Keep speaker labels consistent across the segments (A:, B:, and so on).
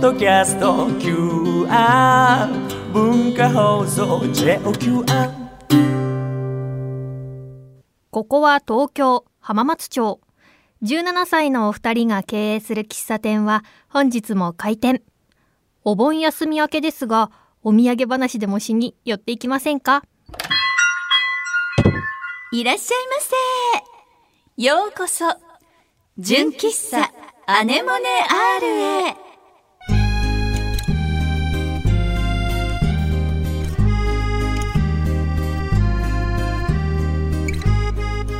A: ドキャスト QR 文化放送 JOQR
B: ここは東京浜松町17歳のお二人が経営する喫茶店は本日も開店お盆休み明けですがお土産話でもしに寄っていきませんか
C: いらっしゃいませ。ようこそ、純喫茶アネモネ R へ。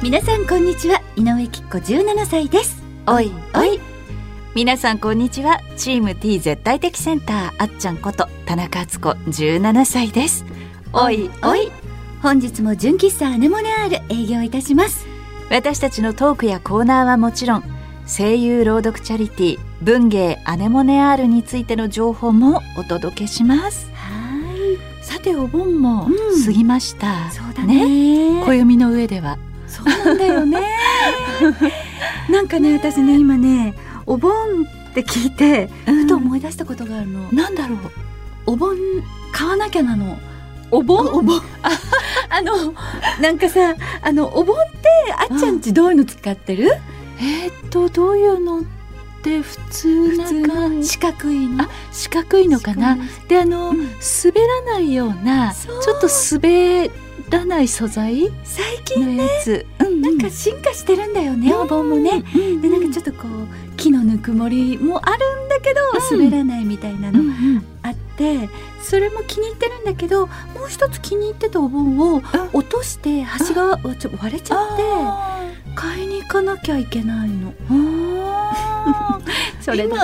C: 皆さんこんにちは、井上きっ子17歳です。おいおい。皆さんこんにちは、チーム T 絶対的センターあっちゃんこと田中敦子17歳です。おいおい。本日も純喫茶アネモネアール営業いたします私たちのトークやコーナーはもちろん声優朗読チャリティー文芸アネモネアールについての情報もお届けします
D: はい、
C: さてお盆も過ぎました、
D: そうだね。
C: 暦の上では
D: そうなんだよね。 なんかね、私ね、今ね、お盆って聞いて、ふと思い出したことがあるの。
C: なんだろう
D: お盆買わなきゃなの。お盆お盆あのなんかさあのお盆ってあっちゃんちどういうの使ってる、
C: えーっとどういうのって普通な
D: 普通
C: 感
D: の
C: じ
D: 四角いの
C: あ四角いのかなであの、
D: うん
C: 滑らないようなち
D: そう
C: ょっと滑らない素材
D: 最
C: の
D: 近
C: やつ、うん
D: なんか進化してるんだよね、お盆もねでなんかちょっとこう木のぬくもりもあるんだけど、
C: うん
D: 滑らないみたいな
C: う
D: の
C: んうん
D: あってそれも気に入ってるんだけどもう一つ気に入ってたお盆を落として端がわちょ割れちゃっ
C: あー
D: て買いに行かなきゃいけないの。
C: あ
D: そ
C: れだ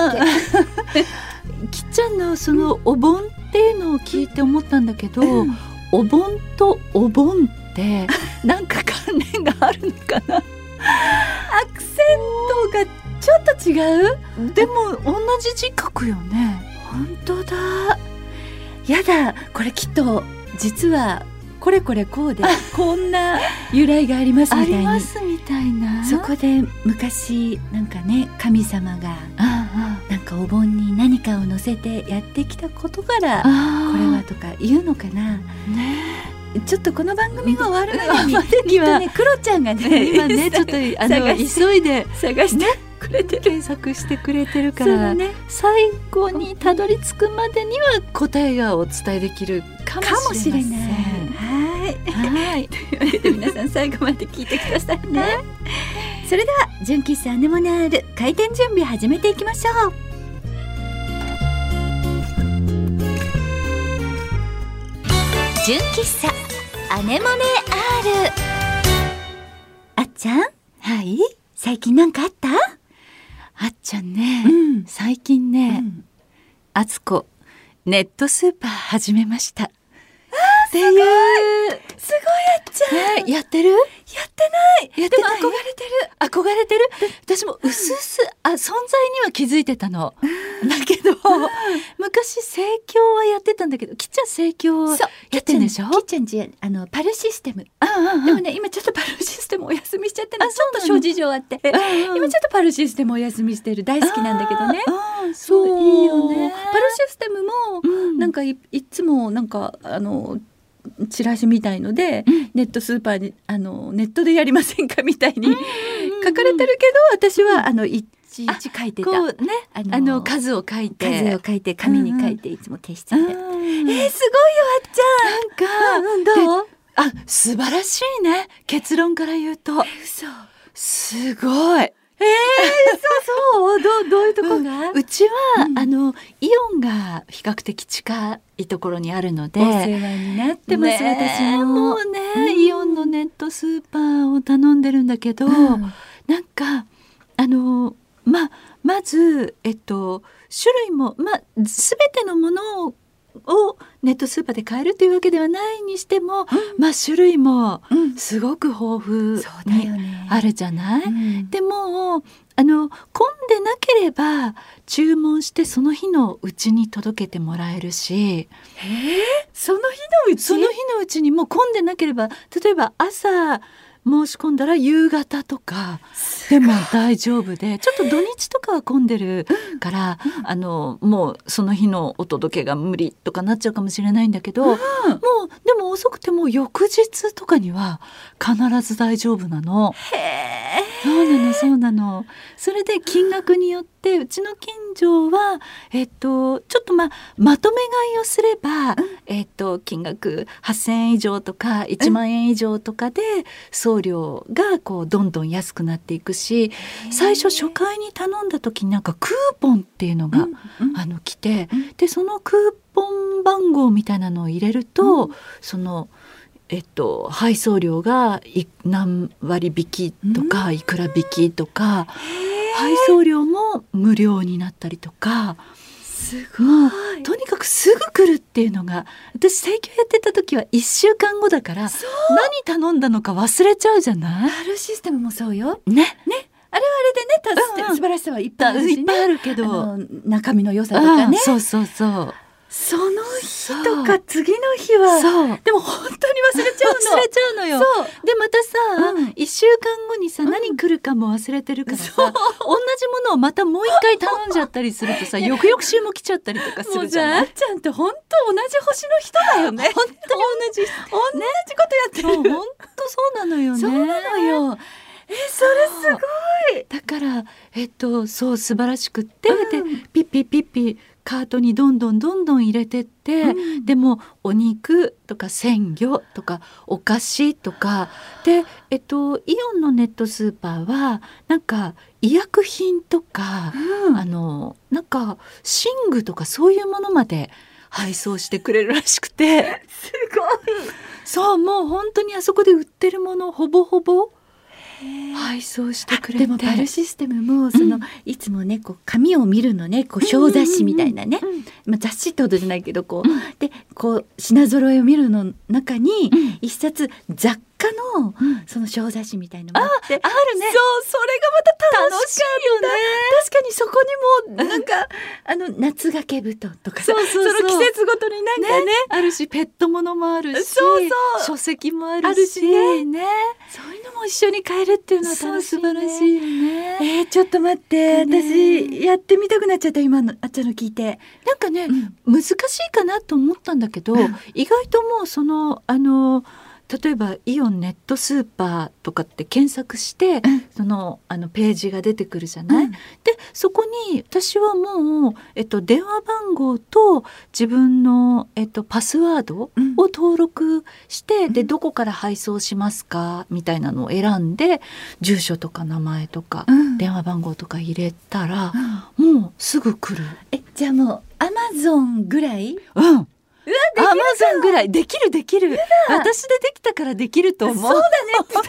C: けー きっちゃんのそのお盆っていうのを聞いて思ったんだけど、
D: うん
C: お盆とお盆 ってなんか関連があるのかな
D: アクセントがちょっと違う
C: でも同じ字書くよね
D: 本当だやだこれきっと実はこれこれこう でこんな由来があります
C: あ
D: みた
C: り
D: い
C: ま
D: に
C: すみたいな
D: そこで昔なんかね神様が
C: あ
D: なんかお盆に何かを乗せてやってきたことから
C: ああ
D: これはとか言うのかな
C: ね
D: ちょっとこの番組が終わる前に
C: うん
D: きっとねクロちゃんがね
C: 今ねちょっとあの
D: 探して
C: 急いで
D: 探してくれてる
C: 検索してくれてる
D: か
C: からら、
D: ね
C: 最後にたどり着くまでには答えがお伝えできるか
D: かも
C: も
D: し
C: し
D: れ
C: れ
D: な
C: ないい。
D: はい
C: はい、
D: 皆さん最後まで聞いてくださいねそれでは純喫茶アネモネアール開店準備始めていきましょう純喫茶アネモネアールあっちゃん
C: はい、
D: 最近なんかあった
C: あっちゃんね、
D: ん、
C: 最近
D: う
C: ね、
D: ん、
C: あつこネットスーパー始めました。っていう、
D: すごいあっちゃん、
C: ね、やってる
D: やってない
C: やって
D: でも
C: ない
D: 憧れてる
C: 憧れてる私もうすうすあ存在には気づいてたの。だけど、昔盛況はやってたんだけど、きっちゃん盛況
D: そう
C: やってんでしょ
D: キッチンじあのパルシステム
C: うんうん
D: で
C: う
D: も
C: ん
D: ね今ちょっとパルシステムお休みしちゃってる
C: あ
D: ちょっと
C: そうな
D: 諸
C: の
D: 事情あって
C: うん
D: 今ちょっとパルシステムお休みしてる大好きなんだけどね
C: あー
D: そう
C: そう
D: いいよねパ
C: パ
D: ルシステムも
C: うん
D: なんかいいつもなんかあのチラシみたいので、
C: うん
D: ネットスーパーにあのネットでやりませんかみたいに書かれ
C: る
D: てるけど、私はあのいちいち書いてた
C: こうね
D: あ
C: あの数を書いて
D: 数を書いて紙に書いていつも提出して、
C: うん
D: えー、す
C: なんか、
D: ごいよあっちゃん、どう
C: あ素晴らしいね結論から言うと
D: 嘘
C: すごい
D: そうどうどういうとこが、
C: うちは、
D: うん
C: あのイオンが比較的近いところにあるので
D: お世話になってます、
C: ねえ
D: 私
C: も
D: も。
C: うね、
D: うん
C: イオンのネットスーパーを頼んでるんだけど、なんかあのまあまずえっと種類もまあ全てのものををネットスーパーで買えるというわけではないにしても、まあ種類も
D: うん
C: すごく豊富
D: そうだ
C: に
D: よね。
C: あるじゃない、
D: うん
C: でもあの混んでなければ注文してその日のうちに届けてもらえるし
D: その日のうち
C: その日のうちにもう混んでなければ例えば朝申し込んだら夕方とかでも大丈夫でちょっと土日とかは混んでるから、あのもうその日のお届けが無理とかなっちゃうかもしれないんだけど、もうでも遅くても翌日とかには必ず大丈夫なの。そうなのそうなの。それで金額によってうちの近所はえっとちょっとまあまとめ買いをすれば、えっと金額8,000円以上とか1万円以上とかで送料がこうどんどん安くなっていくし最初初回に頼んだ時になんかクーポンっていうのが、あの来て、でそのクーポン番号みたいなのを入れると、そのえっと配送料がい何割引きとか、いくら引きとか配送料も無料になったりとか。
D: す
C: もうとにかくすぐ来るっていうのが私請求やってた時は1週間後だから
D: そう
C: 何頼んだのか忘れちゃうじゃない
D: あるシステムもそうよ。
C: ね
D: あれはあれでね、た
C: うんうん
D: 素晴らしさはいっぱいあるし
C: いっ
D: ね。
C: ぱいあるけ
D: あ
C: ど
D: の中身の良さとかね。
C: うんそうそうそう
D: その日
C: そ
D: と
C: う
D: か次の日は、
C: そう
D: でも本当に忘れちゃうの。
C: 忘れちゃうのよ
D: そう。
C: でまたさ、
D: うん
C: 一週間後にさ何来るかも忘れてるからさ、同じものをまたもう一回頼んじゃったりすると さ翌々週も来ちゃったりとかす
D: もう
C: る
D: じ
C: じゃ
D: ゃあ
C: な
D: あっ
C: い
D: ちゃんって本当同じ星の人だよね。
C: 本当に同じ
D: 同じことや
C: も
D: っ
C: う
D: てる。
C: 本当そうなのよね。
D: そうなのよ。え、それすごい。
C: だからえっとそう素晴らしくって、
D: うん
C: でピッピッピッピカートにどんどんどんどん入れてって、
D: うん
C: でもお肉とか鮮魚とかお菓子とかでえっとイオンのネットスーパーはなんか医薬品とか、あのなんか寝具とかそういうものまで配送してくれるらしくて
D: すご
C: そうもう本当にあそこで売ってるものほぼほぼ
D: い。
C: 配送してくれて
D: でもバルシステムもその、いつもねこう紙を見るのねこう小雑誌みたいなね、
C: うんうんうん
D: まあ、雑誌ってことじゃないけどこう、
C: うん
D: でこう品揃えを見るの中に
C: ん
D: 一冊雑貨の
C: うん
D: その小雑誌みたいのもあって
C: あるね
D: そうそれがまた楽しかった
C: よね
D: 確かにそこにもなんかあの夏掛け布団とかさ
C: そうそうそう
D: の季節ごとになんかね
C: あるしペットものもあるし
D: そうそ
C: 書
D: う
C: 籍もあ
D: あ
C: る
D: る
C: し
D: しね
C: ね
D: そういうのも一緒に買えるっていうのは
C: そう
D: 楽しい、
C: 素
D: ね、
C: 晴らしいよね
D: えー、ちょっと待って、
C: ね
D: 私やってみたくなっちゃった今のあっちゃんの聞いて、
C: なんかね、
D: ん
C: 難しいかなと思ったんだけど、意外ともうそのあの例えばイオンネットスーパーとかって検索して、そのあのページが出てくるじゃない、
D: うん
C: でそこに私はもう、えっと、電話番号と自分の、えっと、パスワードを
D: うん
C: 登録して、でどこから配送しますかみたいなのを選んで住所とか名前とか、
D: うん
C: 電話番号とか入れたら
D: う、ん
C: もうすぐ来る。
D: えじゃあもうアマゾンぐらい
C: うん。うアマゾンぐらいできるできる。私でできたからできると思う。そうだね。
D: ご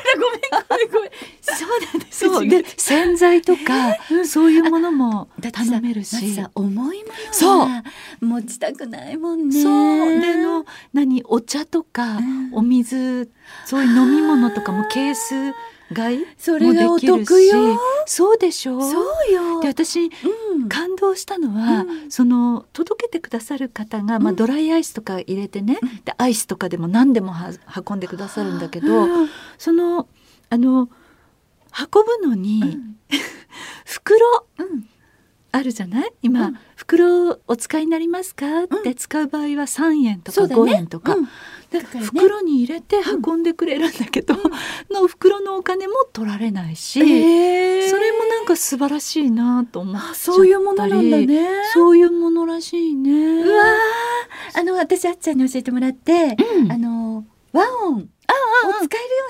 D: めんごめんそうだね
C: そうで洗剤とか、そういうものも
D: だって さ
C: 頼める
D: まず
C: し。
D: さ重いもの
C: そ
D: は持ちたくないもんね
C: そうであの何お茶とか、
D: うん
C: お水そういう飲み物とかもケース買いもできるし
D: それがお得よ
C: そうでしょ
D: そうよ
C: で私
D: うん
C: 感動したのは、
D: うん
C: その届けてくださる方が、まあ、
D: うん
C: ドライアイスとか入れてね、でアイスとかでも何でもは運んでくださるんだけど、
D: うん
C: そのあの運ぶのに、 袋
D: うん
C: あるじゃない今、
D: うん
C: 袋お使いになりますかって使う場合は3円とか
D: そうだね
C: 5円とか,、
D: うん
C: で
D: だからね
C: 袋に入れて運んでくれるんだけど、の袋のお金も取られないし、
D: え
C: それもなんか素晴らしいなと思っちゃった
D: あ
C: り
D: そういうものなんだね
C: そういうものらしいね。
D: うわーあの私あっちゃんに教えてもらって、
C: うん
D: あの和音を使えるよ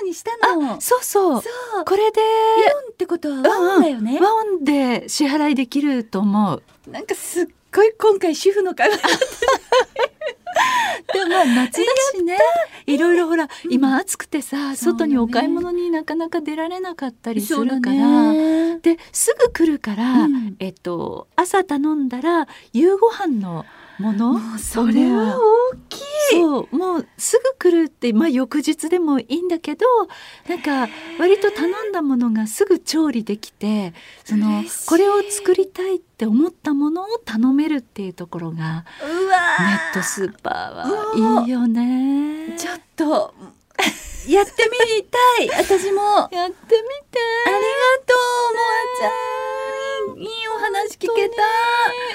D: うにしたの
C: そうそう
D: そう
C: これで
D: イオンってことは和音だよね、
C: 和音で支払いできると思う。
D: なんかすっごい今回主婦の会 話
C: でもまあ夏だしねいろいろほら、
D: うん
C: 今暑くてさ
D: そうよね
C: 外にお買い物になかなか出られなかったりす
D: そうだ
C: るから、
D: ね
C: ですぐ来るから、
D: うん
C: えっと、朝頼んだら夕ご飯のもの
D: もうそれは大きい
C: そうもうすぐ来るって、まあ、翌日でもいいんだけどなんか割と頼んだものがすぐ調理できてその
D: 嬉しい
C: これを作りたいって思ったものを頼めるっていうところが
D: うわ
C: ネッ
D: ー
C: トスーパーはいいよね。
D: ちょっとやってみ たい私も
C: やってみて
D: ありがとう、もあちゃん。いいいいお話聞けた。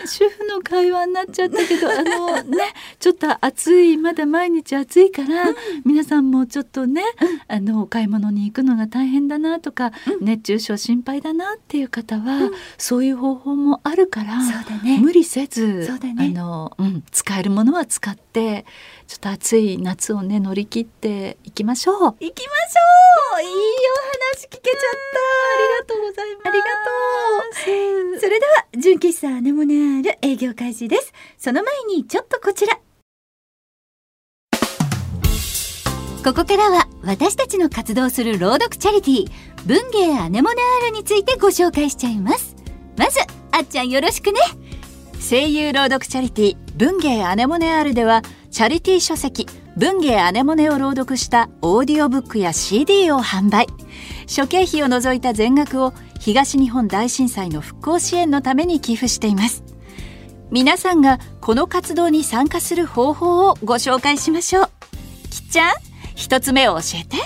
C: 主婦の会話になっちゃったけ どあのねちょっと暑いまだ毎日暑いから、皆さんもちょっとね、あのお買い物に行くのが大変だなとか、熱中症心配だなっていう方は、そういう方法もあるから、
D: そうだね
C: 無理せず
D: そうだね
C: あの、うん、使えるものは使ってちょっと暑い夏をね乗り切っていきましょう。
D: 行きましょう。いいお話聞けちゃった。ありがとうございます。ありがとう。それでは、純喫茶アネモネアール営業開始です。その前に、ちょっとこちら。
E: ここからは私たちの活動する朗読チャリティー文芸アネモネアールについてご紹介しちゃいますまずあっちゃんよろしくね
C: 声優朗読チャリティー文芸アネモネアールではチャリティー書籍文芸アネモネを朗読したオーディオブックや CD を販売諸経費を除いた全額を東日本大震災の復興支援のために寄付しています皆さんがこの活動に参加する方法をご紹介しましょうきっちゃん一つ目を教えて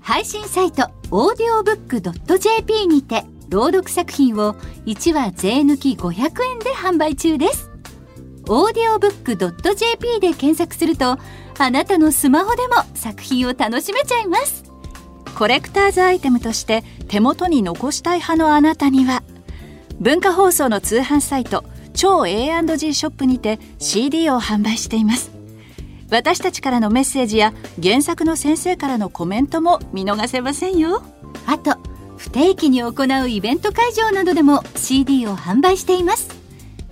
E: 配信サイトオーディオブック .jp にて朗読作品を1話税抜き500円で販売中ですオーディオブック .jp で検索するとあなたのスマホでも作品を楽しめちゃいます
C: コレクターズアイテムとして手元に残したい派のあなたには文化放送の通販サイト超 A&G ショップにて CD を販売しています私たちからのメッセージや原作の先生からのコメントも見逃せませんよ
E: あと不定期に行うイベント会場などでも CD を販売しています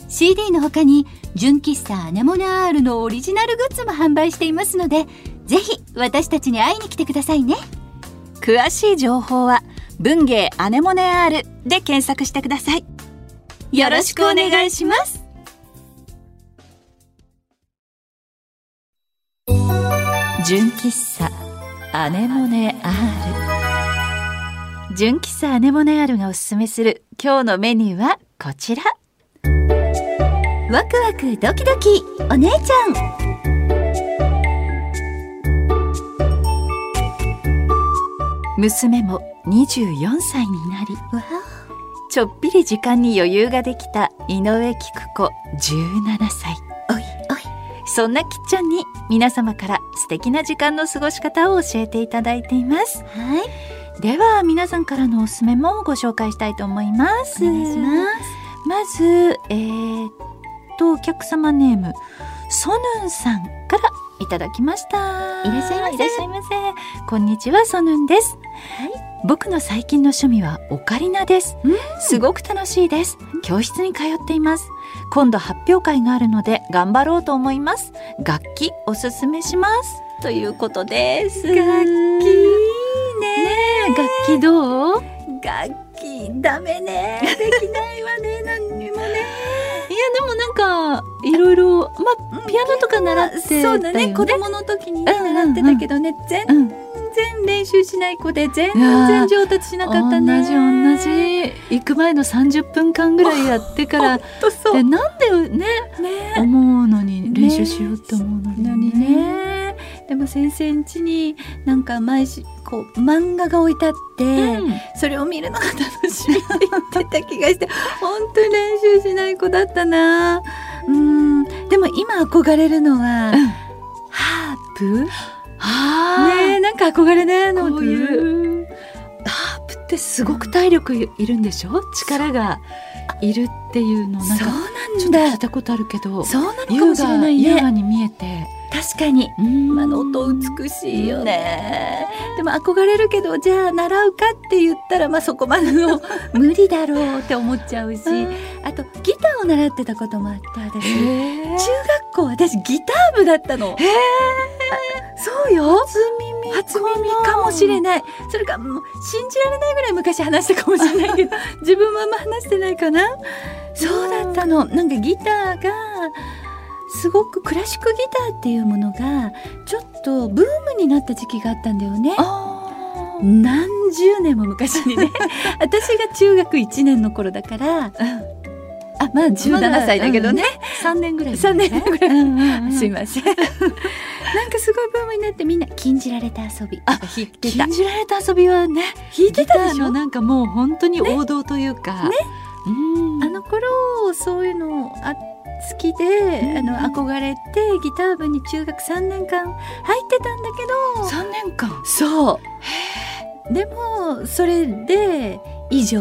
E: CD の他に純喫茶アネモネアールのオリジナルグッズも販売していますのでぜひ私たちに会いに来てくださいね
C: 詳しい情報は文芸アネモネ R で検索してくださいよろしくお願いします純喫茶アネモネ R 純喫茶アネモネ R がおすすめする今日のメニューはこちら
E: ワクワクドキドキお姉ちゃん
C: 娘も24歳になりちょっぴり時間に余裕ができた井上菊子17歳
E: おいおい
C: そんなきっちゃんに皆様から素敵な時間の過ごし方を教えていただいています
E: はい
C: では皆さんからのおすすめもご紹介したいと思います
E: す
C: まずえー、っとお客様ネームソヌンさんからいただきました
E: いらっしゃいませ
C: いらっしゃいませこんにちはソヌンです、僕の最近の趣味はオカリナですすごく楽しいです教室に通っています今度発表会があるので頑張ろうと思います楽器おすすめしますということです楽器
D: いいね
C: 楽器どう
D: 楽器ダメねできないわね 何にもね
C: いやでもなんかいろいろまあピアノとか習ってた
D: そ
C: よ
D: うだね
C: ね。
D: 子供の時にね
C: うんうん
D: 習
C: うん
D: ってたけどね、全
C: うん、
D: 然練習しない子で全
C: いや
D: 然
C: ー
D: 上達しなかったね
C: 同じ同じ行く前の30分間ぐらいやってからで
D: とそうね
C: なんでね思うのに練習しようって思う
D: の
C: のに
D: に
C: ね
D: ねでも先生ん家になんか毎週こう漫画が置いてあって、
C: うん
D: それを見るのが楽しみって言ってた気がして 本当に練習しない子だったなうんでも今憧れるのは、
C: うん
D: ハープ
C: あー
D: ねえなんか憧れねの
C: こういうハープってすごく体力いるんでしょ力がいるっていうのなん
D: そう
C: かち
D: な
C: ょ
D: ん
C: っと聞
D: だ
C: いたことあるけど
D: そうなのか
C: 優
D: もしれ
C: 雅
D: ない
C: 優
D: ね
C: 雅に見えて
D: 確かに
C: 今
D: 今の音美しいよねでも憧れるけどじゃあ習うかって言ったらまあそこまでの 無理だろうって思っちゃうし、
C: うん
D: あとギターを習ってたこともあって私中
C: へー
D: 学校私ギター部だった
C: へ
D: の
C: ー
D: そうよ
C: 初耳
D: 初耳かもしれないそれかもう信じられないぐらい昔話したかもしれないけど 自分もあんま話してないかなそうだったのなんかギターがすごくクラシックギターっていうものがちょっとブームになった時期があったんだよね
C: あー
D: 何十年も昔に ね私が中学1年の頃だからあまあ17歳だけどね、
C: 3年ぐらい
D: 3年ぐら
C: い
D: い すいません。なんかすごいブームになってみんな禁じられた遊びあ
C: 弾いてた
D: 禁じられた遊びはね弾いて
C: ギタ
D: たで
C: ー
D: しょ
C: のなんかもう本当に王道というかねうん
D: あの頃そういうのあ好きで、
C: うん
D: あの憧れてギター部に中学3年間入ってたんだけど
C: 3年間
D: そうでもそれで以上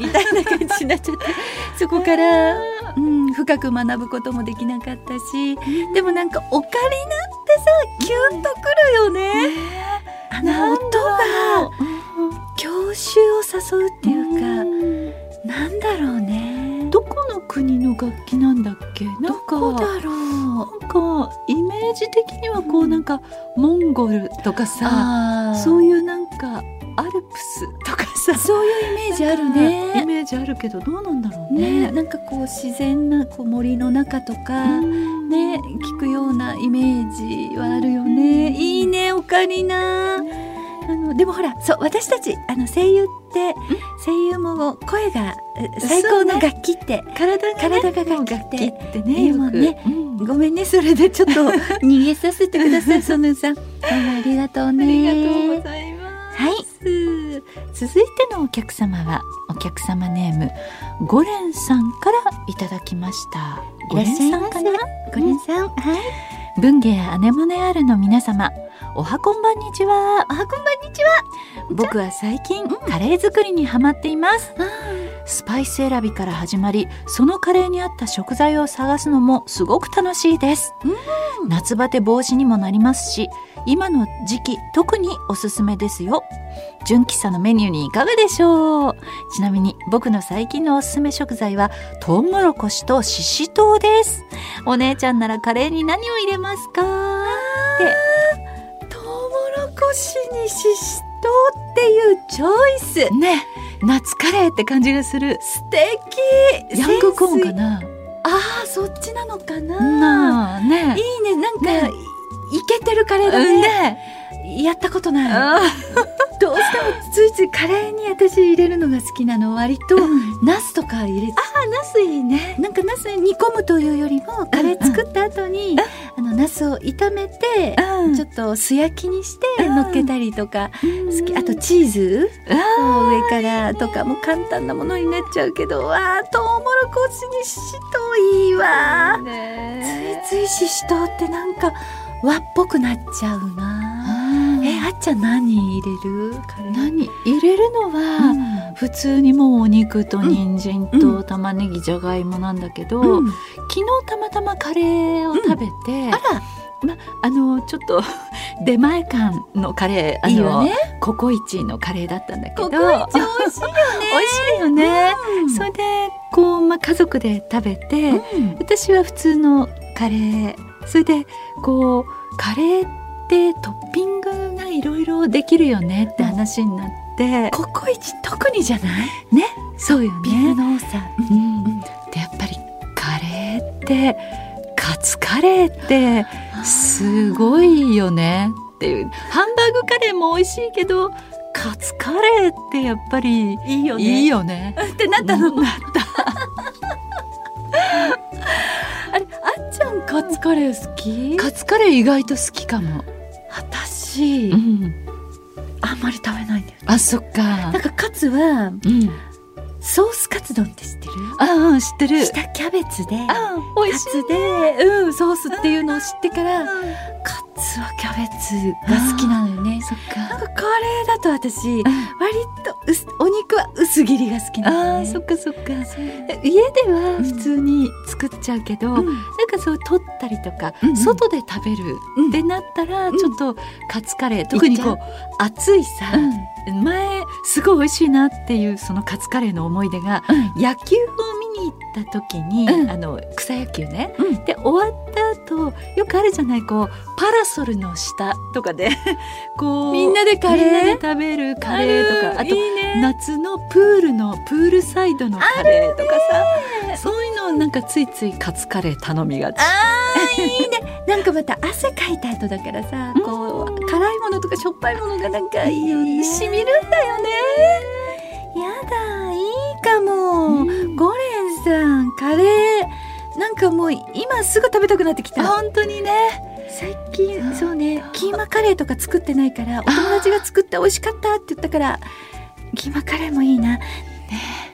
D: みたいな感じになっちゃって そこから、うん、深く学ぶこともできなかったし、でもなんかオカリナってさキュンとくるよね、あの音が郷愁を誘うっていうか、なんだろうね
C: どこの国の楽器なんだっけなんか
D: どこだろう
C: なんかイメージ的にはこうなんかモンゴルとかさ
D: あー
C: そういうなんかアルプスとかさ
D: そういうイメージあるね
C: イメージあるけどどうなんだろう
D: ね
C: ね。
D: なんかこう自然なこう森の中とか、ね聞くようなイメージはあるよねいいねオカリナあのでもほらそう私たちあの声優って声優も声がえ最高の楽器って、
C: 体がね
D: 体が楽器
C: 楽器
D: っ
C: って
D: い
C: ね
D: い
C: よ
D: もん
C: く
D: ね
C: うん
D: ごめんねそれでちょ っと逃げさせてくださいそのさんどうもありがとう
C: あ
D: ね
C: りがとうございます。
D: はい
C: 続いてのお客様はお客様ネームゴレンさんからいただきました
D: いらっしゃいま
C: ゴレ
D: せ
C: ンさんか
D: ごめんさん、はい
C: な文芸アネモネアールの皆様おはこんばんにちはおはこんばんにちは僕は最近、カレー作りにハマっていますスパイス選びから始まりそのカレーに合った食材を探すのもすごく楽しいです、夏バテ防止にもなりますし今の時期特におすすめですよ純喫茶のメニューにいかがでしょうちなみに僕の最近のおすすめ食材はトウモロコシとシシトウですお姉ちゃんならカレーに何を入れますか
D: トウモロコシにシシトウっていうチョイス
C: ね夏カレーって感じがする
D: 素敵
C: ヤングコーン
D: セ
C: か
D: ス
C: な
D: ああそっちなのかな
C: なあね
D: いいねなんか、
C: ね
D: いいけてるカレーだ
C: うん
D: ね、
C: ね
D: やったことない
C: あ
D: どうしてもついついカレーに私入れるのが好きなの割とナスとか入れてあナスいいねなんかナス煮込むというよりもカレー作った後に、あのナスを炒めて、
C: うん
D: ちょっと素焼きにして乗っけたりとか、好きあとチーズ
C: あ
D: もう上からとかも簡単なものになっちゃうけどわあトウモロコシにししとういいわついついししとうってなんか和っぽくなっちゃうなえ
C: え
D: あっちゃん何入れるカレー
C: 何入れるのは、普通にもうお肉と人参と玉ねぎじゃがいもなんだけど、
D: うんうん
C: 昨日たまたまカレーを食べて、あ
D: ら
C: まあのちょっと 出前館のカレーあの
D: いいよね
C: ココイチのカレーだったんだけど
D: ココイチ美味しいよね
C: 美味しいよね、
D: うん
C: それでこう、まあ、家族で食べて、
D: うん
C: 私は普通のカレーそれでこうカレーってトッピングがいろいろできるよねって話になって、
D: ココイチ特にじゃない
C: そうよ
D: ビッグ
C: ね、
D: ノーさん
C: うん、でやっぱりカレーってカツカレーってすごいよねっていうハンバーグカレーも美味しいけどカツカレーってやっぱり
D: いいよ
C: いいよね。
D: ってなったの、
C: うん
D: なったあれあっちゃんカツカレー好き
C: カツカレー意外と好きかも。
D: 私
C: うん、
D: あんまり食べないんだよ
C: あそっか
D: なん。かカツは
C: うん、
D: ソースカツ丼って知ってる
C: あうん知ってる。
D: 下キャベツでカ
C: あ美味しい。
D: ツで、うん、ソースっていうのを知ってからカツはキャベツが好きなのよね
C: そっ
D: なん
C: か。
D: かカレーだと私割と薄お肉は薄切りが好きなの
C: あ
D: ね
C: ーそっかそっか。
D: そう
C: え家では普通に作っちゃうけど、
D: うん
C: なんかそう取ったりとか、
D: うんうん
C: 外で食べる
D: うん
C: ってなったら、
D: うん
C: ちょっとカツカレー、特にこう暑いさ、
D: うん
C: 前すごい美味しいなっていうそのカツカレーの思い出が、野球を見に行った時に、
D: うん
C: あの草野球ね、
D: うん
C: で終わった後よくあるじゃないこうパラソルの下とかで こう
D: みんなでカレー
C: みんなで食べるカレーとかあと
D: いいね
C: 夏のプールのプールサイドのカレーとかさそういうのをなんかついついカツカレー頼みがち
D: なんかまた汗かいた後だからさ、こう辛いものとかしょっぱいものがなんかいいよね染みるんだよね。やだいいかも、ゴレンさんカレーなんかもう今すぐ食べたくなってきた。
C: 本当にね
D: 最近そうねキーマカレーとか作ってないからお友達が作って美味しかったって言ったからキーマカレーもいいな、ね、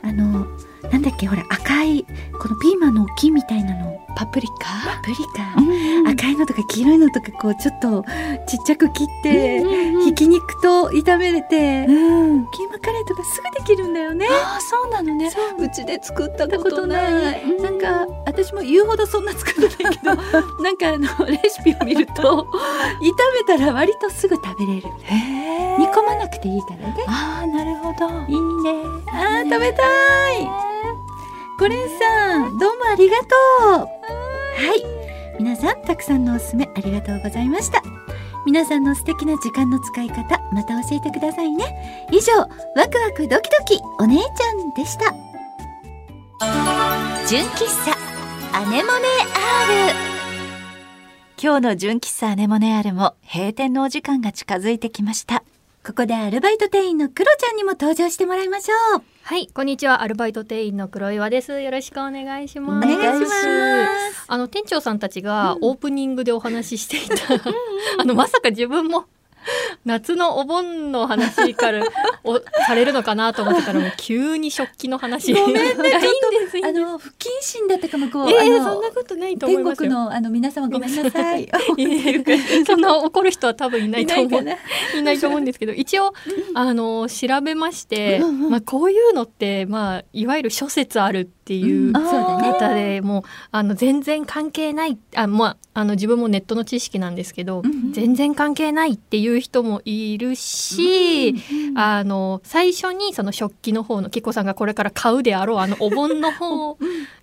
D: あのなんだっけほら赤いこのピーマンの木みたいなの
C: パプリカ
D: パプリカ、
C: うん
D: 赤いのとか黄色いのとかこうちょっとちっちゃく切って、
C: うん
D: ひき肉と炒めれて、
C: うん
D: キーマカレーとかすぐできるんだよね
C: ああそうなのねうちで作った
D: た
C: こ
D: ことと
C: な
D: ないい、
C: うん
D: なんか私も言うほどそんな作ってな いけどなんかあのレシピを見ると炒めたら割とすぐ食べれる
C: へー
D: 煮込まなくていいからね
C: ああなるほど
D: いいねあー食べたいゴレンさんどうもありがとうはい皆さんたくさんのおすすめありがとうございました皆さんの素敵な時間の使い方また教えてくださいね以上ワクワクドキドキお姉ちゃんでした
E: 純喫茶アネモネアール
C: 今日の純喫茶アネモネアルも閉店のお時間が近づいてきました
D: ここでアルバイト店員のクロちゃんにも登場してもらいましょう。
B: はい、こんにちは。アルバイト店員の黒岩です。よろしくお願いし
D: お
B: ます。
D: 願いします。
B: あの店長さんたちがオープニングでお話ししていた、 あのまさか自分も 夏のお盆の話からをされるのかなと思ってたらもう急に食器の話ごめんねい いんですいいん
D: あ
B: です
D: の不謹慎だったかもこう、
B: ええ
D: あ
B: そん
D: の
B: なことないと思い
D: 天
B: ます
D: 国
B: よ
D: のあの皆様ごめんなさい。
B: いえいえ そんな怒る人は多分いない
D: い
B: と
D: ない
B: 思
D: か
B: う
D: な。
B: いないと思うんです けど一応、あの調べまして、
D: うんうん
B: まあ、こういうのって、まあ、いわゆる諸説あるっていう
D: あーそうだね
B: 方で、もうあの全然関係ないあ、まあ、あの自分もネットの知識なんですけど、
D: うん
B: 全然関係ないっていう人もいるし、あの最初にその食器の方のキコさんがこれから買うであろうあのお盆の方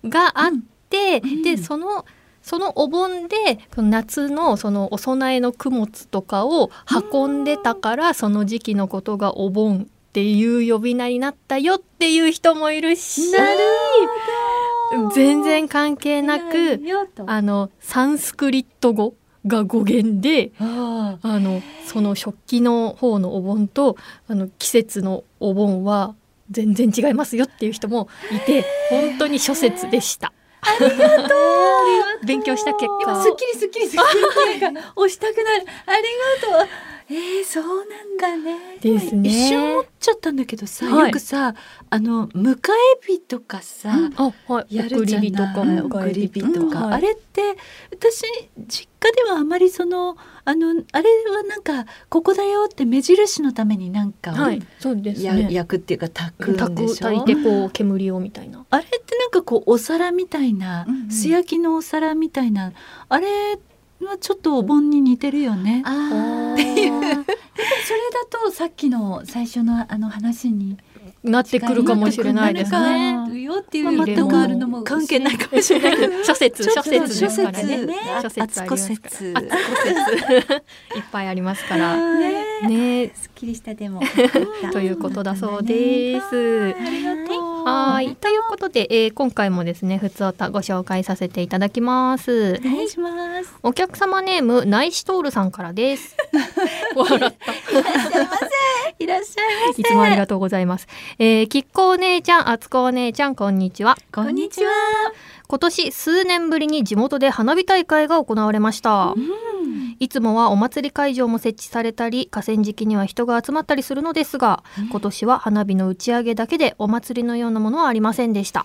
B: があって、でそのそのお盆でその夏のそのお供えの供物とかを運んでたからその時期のことがお盆っていう呼び名になったよっていう人もいるし全然関係なく
D: よと
B: あのサンスクリット語が語源で
D: あ
B: あのその食器の方のお盆とあの季節のお盆は全然違いますよっていう人もいて本当に諸説でした。ありがとう。勉強した結
D: 今
B: 果
D: すっきりすっきりすっきりなんか押したくなる。ありがとう。えー、そうなんだね。
B: ですね。
C: 一瞬思っちゃったんだけどさ、
B: はい
C: よくさあの迎え火とかさ、
B: あはい。
C: やる
B: 送
C: じ
B: り
C: ゃない
B: 火とか
C: 送り火とか、
B: はい
C: あれって私実家ではあまりそのあのあれはなんかここだよって目印のためになんかを
B: はいそうです
C: や、
B: ね。
C: 焼くっていうか炊く
B: た
C: んで
B: く
C: しょ
B: 炊いてこう煙をみたいな。
C: あれってなんかこうお皿みたいな、
D: うんうん
C: 素焼きのお皿みたいなあれはちょっとお盆に似てるよね。
D: ああ。それだとさっきの最初のあの話に
B: なってくるかもしれないですね。
D: なんかよってい
B: ま
D: う
B: あ
D: より
B: 全
D: も
B: くあ
D: あ
B: る
D: る
B: の
D: の
C: も
D: も
C: 関係な いかもしれない けど
B: 諸説諸説で
C: 諸
B: すから
C: 説
B: ね。諸説あ
C: あ
B: り
C: つ
B: ま
C: こ
B: すから。
C: 説
B: あ いっぱいありますから。
D: ね
B: ね
D: すっきりしたでも
B: ということだそうです。
D: ありがとう
B: はい、ということで、えー今回もですね、ふつおたご紹介させていただきます。
D: お願いします
B: お客様ネーム、ナイシトールさんから です。笑った。
D: いらっしゃい
B: いつもありがとうございます。えー、きっこお姉ちゃん、あつこお姉ちゃん、こんにちは。
D: こんにちは
B: 今年数年ぶりに地元で花火大会が行われました、いつもはお祭り会場も設置されたり河川敷には人が集まったりするのですが、今年は花火の打ち上げだけでお祭りのようなものはありませんでした、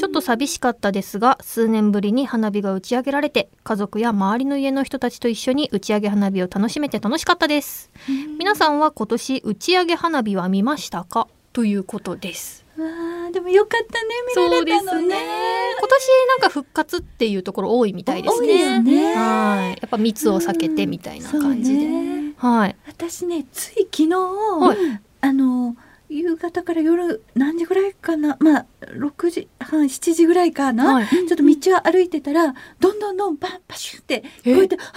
B: ちょっと寂しかったですが数年ぶりに花火が打ち上げられて家族や周りの家の人たちと一緒に打ち上げ花火を楽しめて楽しかったです、皆さんは今年打ち上げ花火は見ましたかということです
D: わあでもよかったね見
B: そう
D: ら
B: で
D: れ
B: す
D: たの
B: ね。今年
D: ね
B: なんか復活っていうところ多いみたいです
D: 多いで
B: ね。
D: すね
B: はい。やっぱ密を避けてみたいな感じで。
D: そうね
B: はい。
D: 私ねつい昨日、
B: い
D: あの夕方から夜何時ぐらいかなまあ6時半7時ぐらいかな、
B: はい
D: ちょっと道を歩いてたらどんどんどんパンパシュンってこうやって「あ花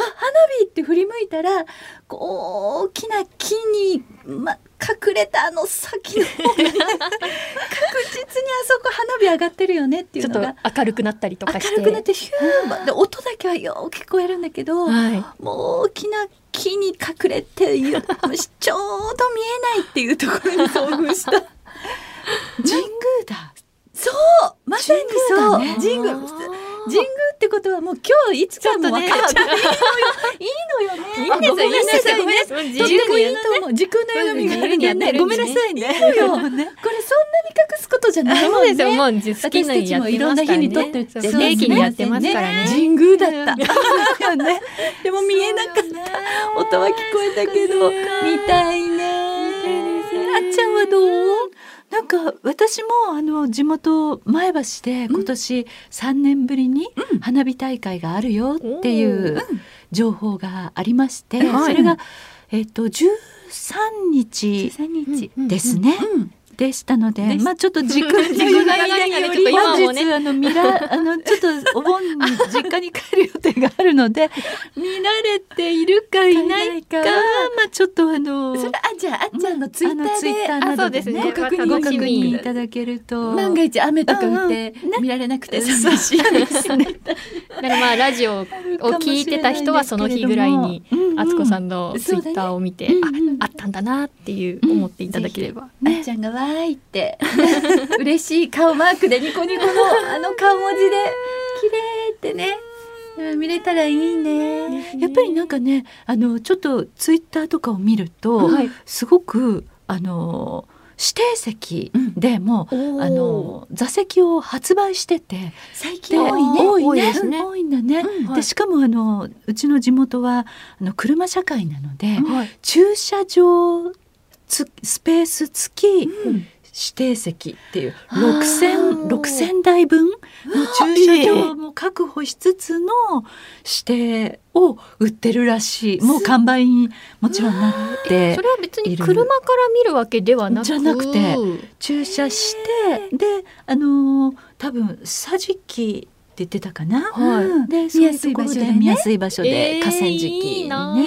D: 火!」って振り向いたらこう大きな木に、ま、隠れたあの先の方が ね確実にあそこ花火上がってるよねってい
B: ち
D: う
B: ょっ
D: の
B: と
D: が
B: 明るくなったりとかして。
D: 明るくなってヒューンで音だけはよく聞こえるんだけど。
B: はい。
D: もう大きな木に隠れているちょうど見えないっていうところに遭遇した
C: 神宮だ
D: そうまさにそう神宮,、
B: あー
D: 神宮ってことはもう今日いつかもう分かっちゃう、いいのよいいのよね
B: んなさい
D: ごめんなさいねとってもいいと思う時空の読みがあるよねごめんなさいねいいのよこれそんなに隠すことじゃない
B: そ
D: も
B: うんですよ、
D: ね
B: もう好きな
D: 私た
B: に
D: ち
B: やっ
D: もい
B: て
D: ろ
B: ま
D: ん
B: す
D: な
B: か
D: 日
B: らね。
D: に撮ってる
B: そう不定期にやってますからね。
D: 神宮だった。そう ねでも見えなかった。音は聞こえたけど、見たいね。あっちゃんはどう？
C: なんか私もあの地元前橋で今年3年ぶりに花火大会があるよっていう情報がありまして、
D: はい
C: それが、えっと13日
D: 三日。
C: ですね、
D: うん。
C: でしたので
D: です
C: まあちょっと時間
B: 時間がないのでちょっと今も
C: 本
B: ね
C: 日あのミラあのちょっとお盆に実家に帰る予定があるので見られているかいないか
D: いないか
C: まあちょっとあの
D: それあじゃああっちゃんのツイッ
C: あ
D: タ
C: の
D: ー
C: ツイッター
D: で。
C: な
B: あそ
C: ど
B: うで
C: ですす
B: ね
C: ね
D: ご確
B: また
D: 認
C: ご
B: 楽
C: 確
B: しみ
C: 認いただけると
D: 万が一雨とか降って
C: うんうんね
D: 見られなくて
C: 寂しい で すね。
B: だからまあラジオを聞いてた人はその日ぐらいにあつこさんのツイッターを見て、
C: うんうん
B: ああったんだなっていう思っていただければ。
D: あっちゃんがわーいって 嬉しい顔マークでニコニコのあの顔文字で綺麗ってねうん見れたらいいね
C: やっぱりなんかねあのちょっとツイッターとかを見ると、
B: はい
C: すごくあの指定席でも、
B: おー
C: あの座席を発売してて
D: 最
C: で
D: 近多いね
C: 多い
B: 多いで
C: ね
B: すね
C: うん多いんだね。
D: うん
C: でしかもあのうちの地元はあの車社会なので、
B: はい
C: 駐車場つスペース付き指定席っていう
B: あー
C: 6,000 6,000台分の駐車場も確保しつつの指定を売ってるらしいもう完売にもちろんなって
B: それは別に車から見るわけではなく
C: じゃなくて駐車してであのー多分桟敷って言ってたかな、
B: はい
C: うんでそう
D: 見や
C: いう
D: す
C: と
D: い
C: こ
D: 場
C: ろで
D: 所でね
C: 見やすい場所
B: え
C: で
B: ー
C: 河川敷
B: いい
C: に
B: な
C: ね。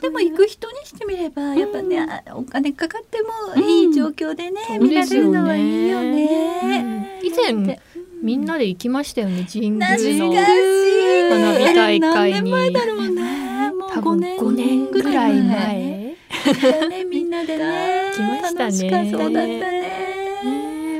D: でも行く人にしてみればやっぱね、あお金かかってもいい状況でね、
B: うん
D: 見られるのはいいよね。
B: 以前みんなで行きましたよね神宮
D: 懐かしい
B: の花火大会に。
D: だろうね。もう
B: 多分5
D: 五
B: 年ぐらい前。
D: だねみんなでね
B: 来ましたね
D: 楽しかそうだったね。
B: ね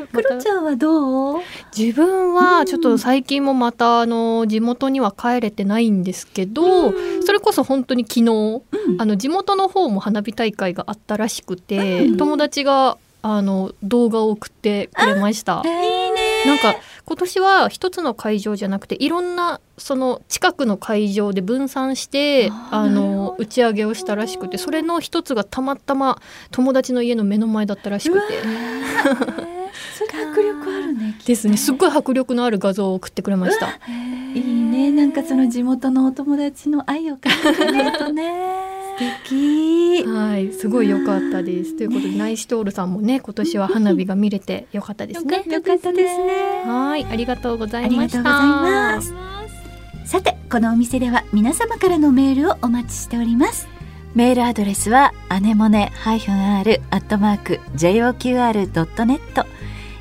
B: え
D: クロちゃんはどう？
B: 自分はちょっと最近もまたあの地元には帰れてないんですけど、それこそ本当に昨日、あの地元の方も花火大会があったらしくて、友達があの動画を送ってくれました。
D: いいね。
B: なんか今年は一つの会場じゃなくていろんなその近くの会場で分散してあの打ち上げをしたらしくてそれの一つがたまたま友達の家の目の前だったらしくて
D: それ迫力あるね。
B: ですねすっごい迫力のある画像を送ってくれました。
D: いいね。なんかその地元のお友達の愛を感じるね とね。素敵。
B: はい、すごい良かったです。ということで、ナイシトールさんもね、今年は花火が見れて良かったですね。
D: よかったですね。
B: はい、ありがとうござ
C: あ
B: い
C: り
B: ま
C: が
B: した。
C: とうございます。
E: さてこのお店では皆様からのメールをお待ちしております
C: メールアドレスはアネモネ -r アットマーク joqr ドットネット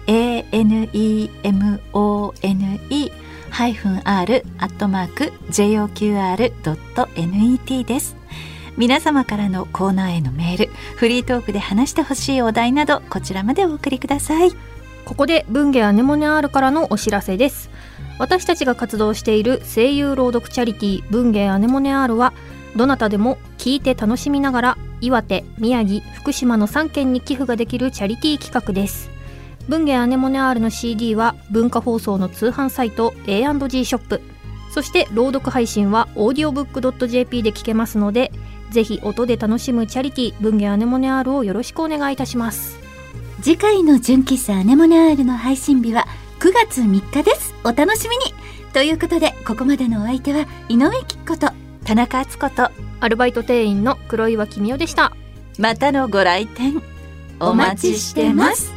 C: a n e m o n e ハイフン r アットマーク joqr ドット n e t です。皆様からのコーナーへのメール、フリートークで話してほしいお題などこちらまでお送りください。
B: ここで文芸アネモネ R からのお知らせです私たちが活動している声優朗読チャリティー文芸アネモネ R はどなたでも聞いて楽しみながら岩手、宮城、福島の3県に寄付ができるチャリティー企画です文芸アネモネ R の CD は文化放送の通販サイト A&G ショップそして朗読配信は audiobook.jp で聞けますのでぜひ音で楽しむチャリティー文芸アネモネ R をよろしくお願いいたします
E: 次回の純喫茶アネモネアールの配信日は9月3日ですお楽しみにということでここまでのお相手は井上貴子と
C: 田中敦子と
B: アルバイト店員の黒岩君代でした
C: またのご来店お待ちしてます。
E: す